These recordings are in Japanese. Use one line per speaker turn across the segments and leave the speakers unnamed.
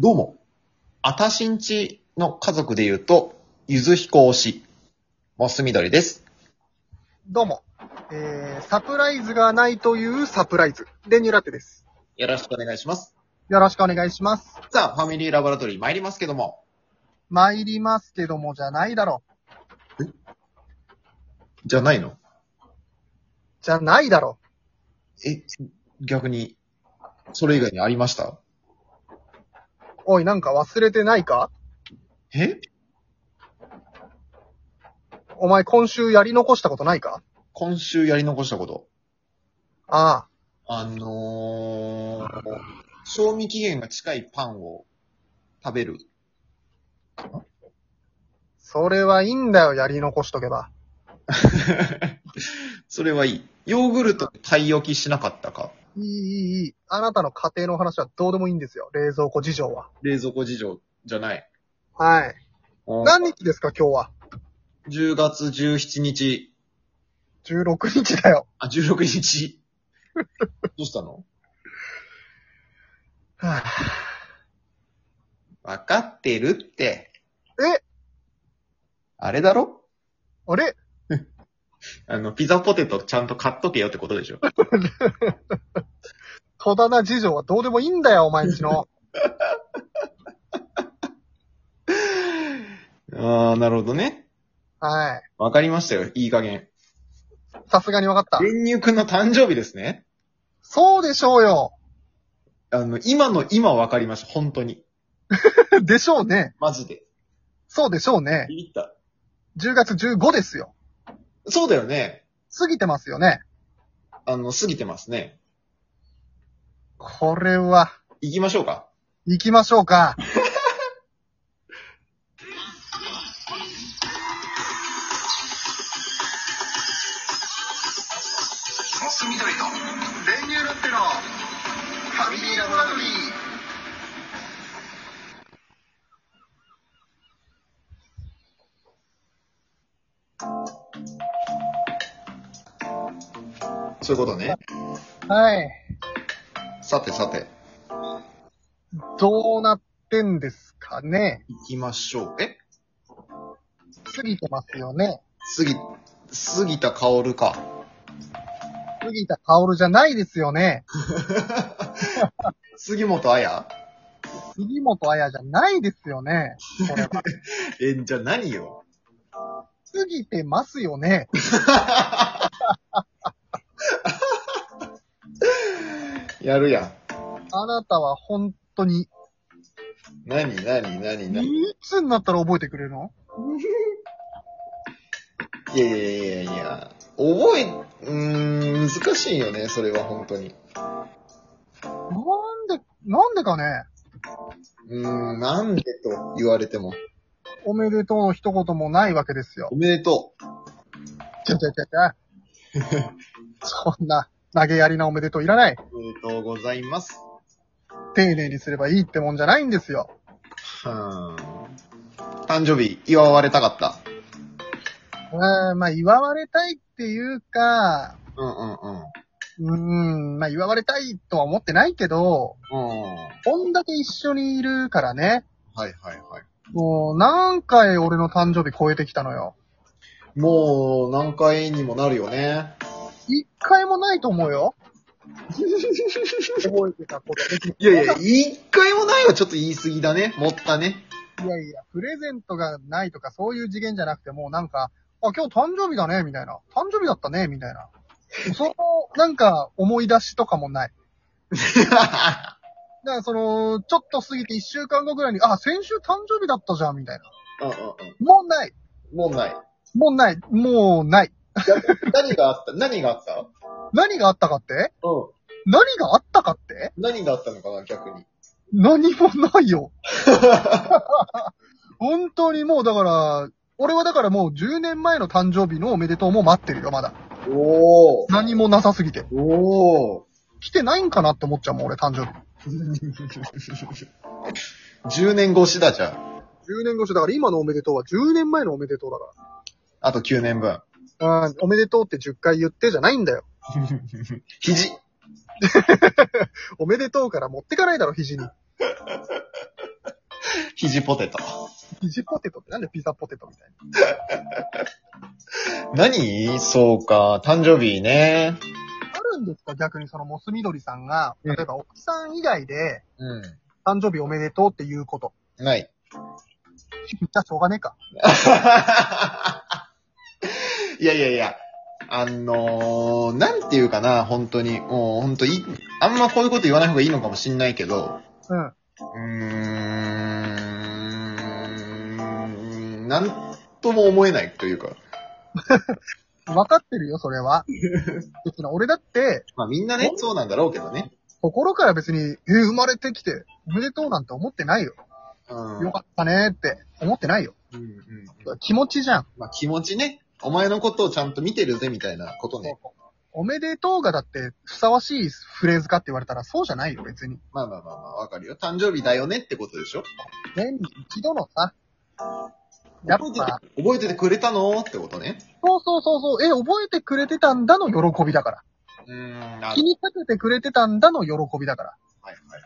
どうも。あたしんちの家族で言うと、ゆずひこ推し、モスみどりです。
どうも。えー、サプライズがないというサプライズ。で、ニューラテです。
よろしくお願いします。
よろしくお願いします。
さあ、ファミリーラボラトリー参りますけども、
参りますけどもじゃないだろ。
じゃないの
じゃないだろ。
え、逆に、それ以外にありました
おい、なんか忘れてないか
え
お前今週やり残したことないか
今週やり残したこと。
ああ。
あのー、賞味期限が近いパンを食べる。
それはいいんだよ、やり残しとけば。
それはいい。ヨーグルトで買い置きしなかったか
いい、いい、いい。あなたの家庭の話はどうでもいいんですよ。冷蔵庫事情は。
冷蔵庫事情じゃない。
はい。何日ですか、今日は。
10月17日、
16日だよ。
あ、16日。 どうしたの
はあ
わかってるって。
え
あれだろ
あれ
あの、ピザポテトちゃんと買っとけよってことでしょ。
戸棚事情はどうでもいいんだよ、お前んちの。
あー、なるほどね。
はい。
わかりましたよ。いい加減。
さすがにわかった。
練乳くんの誕生日ですね。
そうでしょうよ。
あの、今の今わかりました。本当に。
でしょうね。
マジで。
そうでしょうね。
ビビった。
10月15ですよ。
そうだよね。
過ぎてますよね。
あの、過ぎてますね。
これは、
行きましょうか。
行きましょうか。
モス緑と練乳ラテのファミリーラボラトリー。
そういうことね。
はい。
さてさて。
どうなってんですかね。
行きましょう。え
過ぎてますよね。
過ぎ、過ぎた薫か。
過ぎた薫じゃないですよね。
杉本彩
杉本彩じゃないですよね。これは。
え、じゃあ何よ。
過ぎてますよね。
やるやん。
あなたは本当に、
何、何、何、何。い
いつになったら覚えてくれるの
やいやいやいや覚え、うーん、難しいよね、それは本当に。
なんで、なんでかね。
うーん、なんでと言われても。
おめでとうの一言もないわけですよ。
おめでとう。
ちょちょちょちょ。そんな、投げやりなおめでとういらない。
おめでとうございます。
丁寧にすればいいってもんじゃないんですよ。
はーん。誕生日、祝われたかった。
うん、まあ、祝われたいっていうか、
うんうんうん。
うーん、まあ、祝われたいとは思ってないけど、
うん。は
こんだけ一緒にいるからね、
いはいはい。
もう何回俺の誕生日超えてきたのよ。
もう、何回にもなるよね。
一回もないと思うよ。覚えてたこと。別に
いやいや、一回もないはちょっと言い過ぎだね。持った ね。
いやいや、プレゼントがないとかそういう次元じゃなくて、もうなんか、あ、今日誕生日だね、みたいな。誕生日だったね、みたいな。その、なんか、思い出しとかもない。だからその、ちょっと過ぎて1週間後ぐらいに、あ、先週誕生日だったじゃん、みたいな。
うんうん
もうない
うん。もうない。
もうないもうない
何があった何があった
何があったかって
うん。
何があったかって
何があったのかな、逆に。
何もないよ。本当にもうだから、俺はだからもう10年前の誕生日のおめでとうも待ってるよ、まだ。
おお。
何もなさすぎて。
おお。
来てないんかなって思っちゃうもん、俺、誕生日。
10年越しだじゃん。
10年越し、だから今のおめでとうは10年前のおめでとうだか
あと9年分。
ら。うん、おめでとうって10回言ってじゃないんだよ。
肘。
おめでとうから持ってかないだろ、肘に。
ひじポテト。
ピジポテトってなんでピザポテトみたいな。
何そうか、誕生日ね。
あるんですか逆にそのモス緑さんが、
うん
例えば奥さん以外で、
う
誕生日おめでとうっていうこと。
ん。ない。
じゃあしょうがねえか。
いやいやいや、あのー、なんていうかな、本当に。もう本当いい、あんまこういうこと言わない方がいいのかもしんないけど、
うん。
うーん、なんとも思えないというか。
わかってるよ、それは。別に俺だって、
まあみんなね、そうなんだろうけどね。
心から別に、えー生まれてきて、おめでとうなんて思ってないよ。
うん。
よかったねーって思ってないよ。
うんうんうん
気持ちじゃん。
まあ気持ちね。お前のことをちゃんと見てるぜみたいなことね。
おめでとうがだって、ふさわしいフレーズかって言われたら、そうじゃないよ、別に。
まあまあまあまあ、わかるよ。誕生日だよねってことでしょ
年に一度のさ、やっぱ、
覚えてて覚えててくれたのってことね。
そうそうそうそう、え、覚えてくれてたんだの喜びだから。
うーん、あ
気にかけてくれてたんだの喜びだから。
はいはい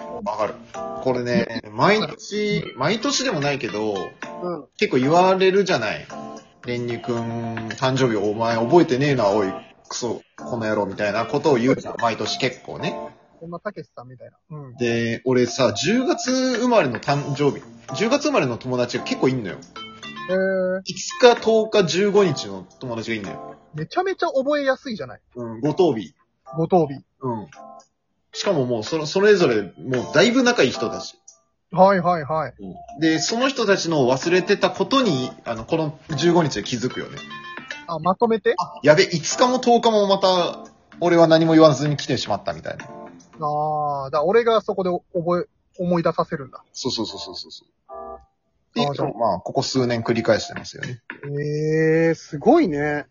はい。わかる。これね、毎年、毎年でもないけど、
うん。
結構言われるじゃない。練乳くん、誕生日お前覚えてねえな、おい、クソ、この野郎みたいなことを言うじゃん。毎年結構ね。
そんなたけしさんみたいな。うん。
で、俺さ、10月生まれの誕生日、10月生まれの友達が結構いんのよ。
えー、
5日、10日、15日の友達がいんのよ。
めちゃめちゃ覚えやすいじゃない。
うん、ご当日。
ご当日。
うん。しかももう、その、それぞれ、もうだいぶ仲いい人たち。
はいはいはい。
で、その人たちの忘れてたことに、あの、この15日で気づくよね。
あ、まとめて
あ、やべ、5日も10日もまた、俺は何も言わずに来てしまったみたいな。
ああ、だから俺がそこで覚え、思い出させるんだ。
そうそうそうそうそうそう。っていう
あじゃあ
のをまあ、ここ数年繰り返してますよね。
ええー、すごいね。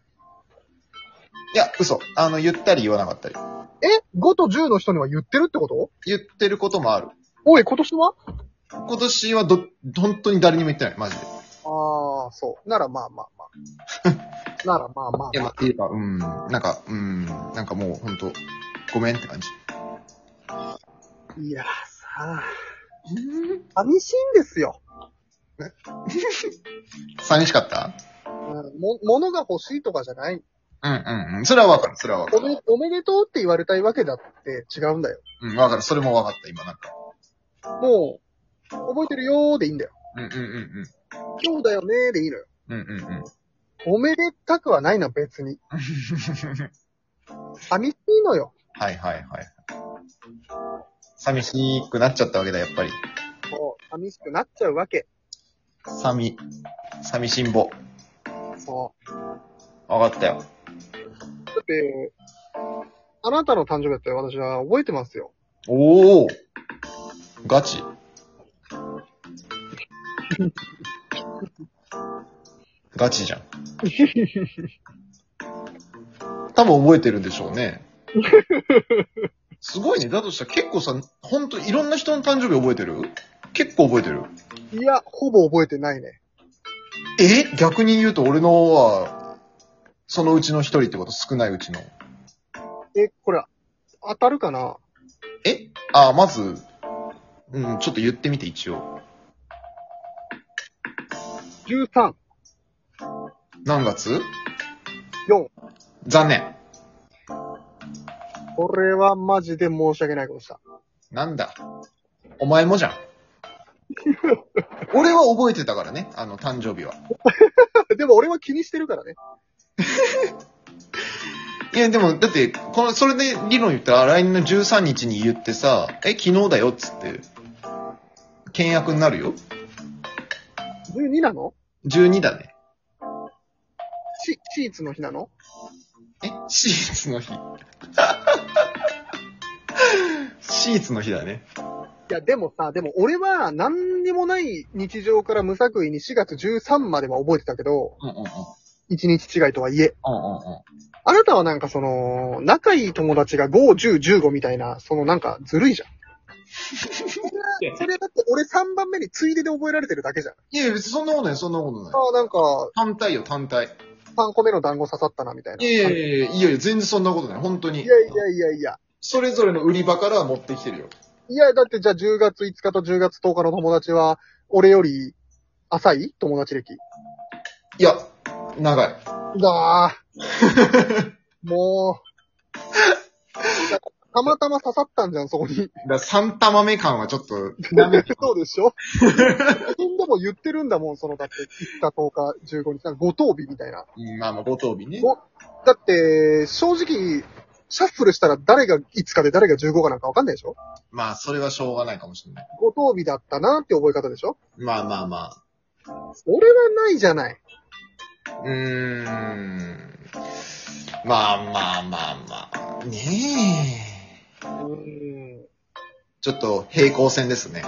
いや、嘘。あの、言ったり言わなかったり。
え ?5 と10の人には言ってるってこと
言ってることもある。
おい、今年は
今年はど、本当に誰にも言ってない、マジで。
ああ、そう。ならまあまあま あ。ならまあまあ、
いや、ま
ま
あ、っていうか、うん、なんか、うん、なんかもう、本当ごめんって感じ。
あ。いや、さあ、寂しいんですよ。
寂しかった
うん、も、物が欲しいとかじゃない。
うんうんうん。それはわかる、それはわか
お
る。
め、おめでとうって言われたいわけだって違うんだよ。
うん、わかる、それもわかった、今なんか。
もう、覚えてるよーでいいんだよ。
うんうんうんうん。
今日だよねーでいいのよ。
うんうんうん。
おめでたくはないの、別に。寂しいのよ。
はいはいはい。寂しくなっちゃったわけだ、やっぱり。
もう、寂しくなっちゃうわけ。
寂、寂しんぼ。
そ
わかったよ。
う。だって、あなたの誕生日だって私は覚えてますよ。
おおガチ。ガチじゃん。多分覚えてるんでしょうね。すごいね。だとしたら結構さ、ほんといろんな人の誕生日覚えてる結構覚えてる。
いや、ほぼ覚えてないね。
え逆に言うと俺のは、そのうちの一人ってこと少ないうちの。
え、これ、当たるかな
えあ、まず、うん、ちょっと言ってみて一応。
?13、
何月
4。
残念。
これはマジで申し訳ないことした。
なんだ。お前もじゃん。俺は覚えてたからね、あの、誕生日は。
でも俺は気にしてるからね。
いや、でも、だって、この、それで理論言ったら、来年の13日に言ってさ、え、昨日だよっつって、倹約になるよ。
12なの
12だね。
シシーツの日なの
え、シーツの日。 シーツの日だね。
いや、でもさ、でも俺は何にもない日常から無作為に4月13までは覚えてたけど、
うんうんうん。うん
1日違いとはいえ。
うんうん。
あなたはなんかその、仲いい友達が5、10、15みたいな、そのなんかずるいじゃん。それそれだって俺3番目についでで覚えられてるだけじゃん。
いやいや、別にそんなことない、そんなことない。
ああ、なんか、
単体よ、単体。
3個目の団子刺さったな、みたいな。
いやいやいやいや、全然そんなことない、本当に。
いやいやいやいや。
それぞれの売り場から持ってきてるよ。
いや、だってじゃあ10月5日と10月10日の友達は、俺より浅い友達歴。
いや、長い。
うわー もう、たまたま刺さったんじゃん、そこに。
だ3玉目感はちょっと、
そうでしょ何でも言ってるんだもん、その、だって、5日、10日、15日、なんか5等日みたいな。
うんまあまあ、ご当日ね。
おだって、正直、シャッフルしたら誰が5日で誰が15かなんかわかんないでしょ
まあ、それはしょうがないかもしれない。
?5 等日だったなって覚え方でしょ
まあまあま
俺はないじゃない。
あ。うーん。まあまあまあまあ。ねえ。
うーん。
ちょっと平行線ですね。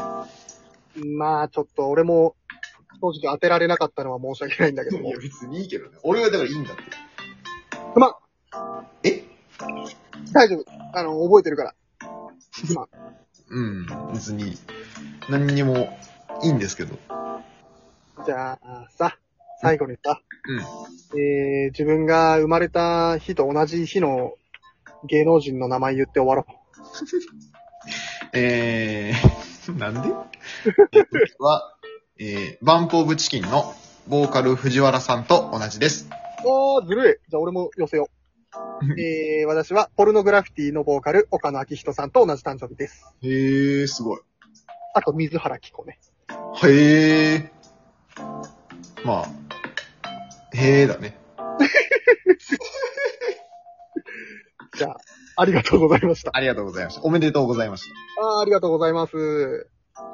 まあ、ちょっと俺も、正直当てられなかったのは申し訳ないんだけど
い
も
や、。別にいいけどね。俺はだからいいんだって。
まあ、
え
大丈夫。あの、覚えてるから。まあ、
うん。別に、何にもいいんですけど。
じゃあ、さ、最後にさ、
うん。
えー、自分が生まれた日と同じ日の芸能人の名前言って終わろう。
えー、 なんでえー僕は、えー、バンプオブチキンのボーカル藤原さんと同じです。
おー、ずるい。じゃあ俺も寄せよ う。えー、私は、ポルノグラフィティのボーカル、岡野明人さんと同じ誕生日です。
へー、すごい。
あと、水原希子ね。
へー。まあ、へーだね。
じゃあ、ありがとうございました。
ありがとうございました。おめでとうございました。
あーありがとうございます。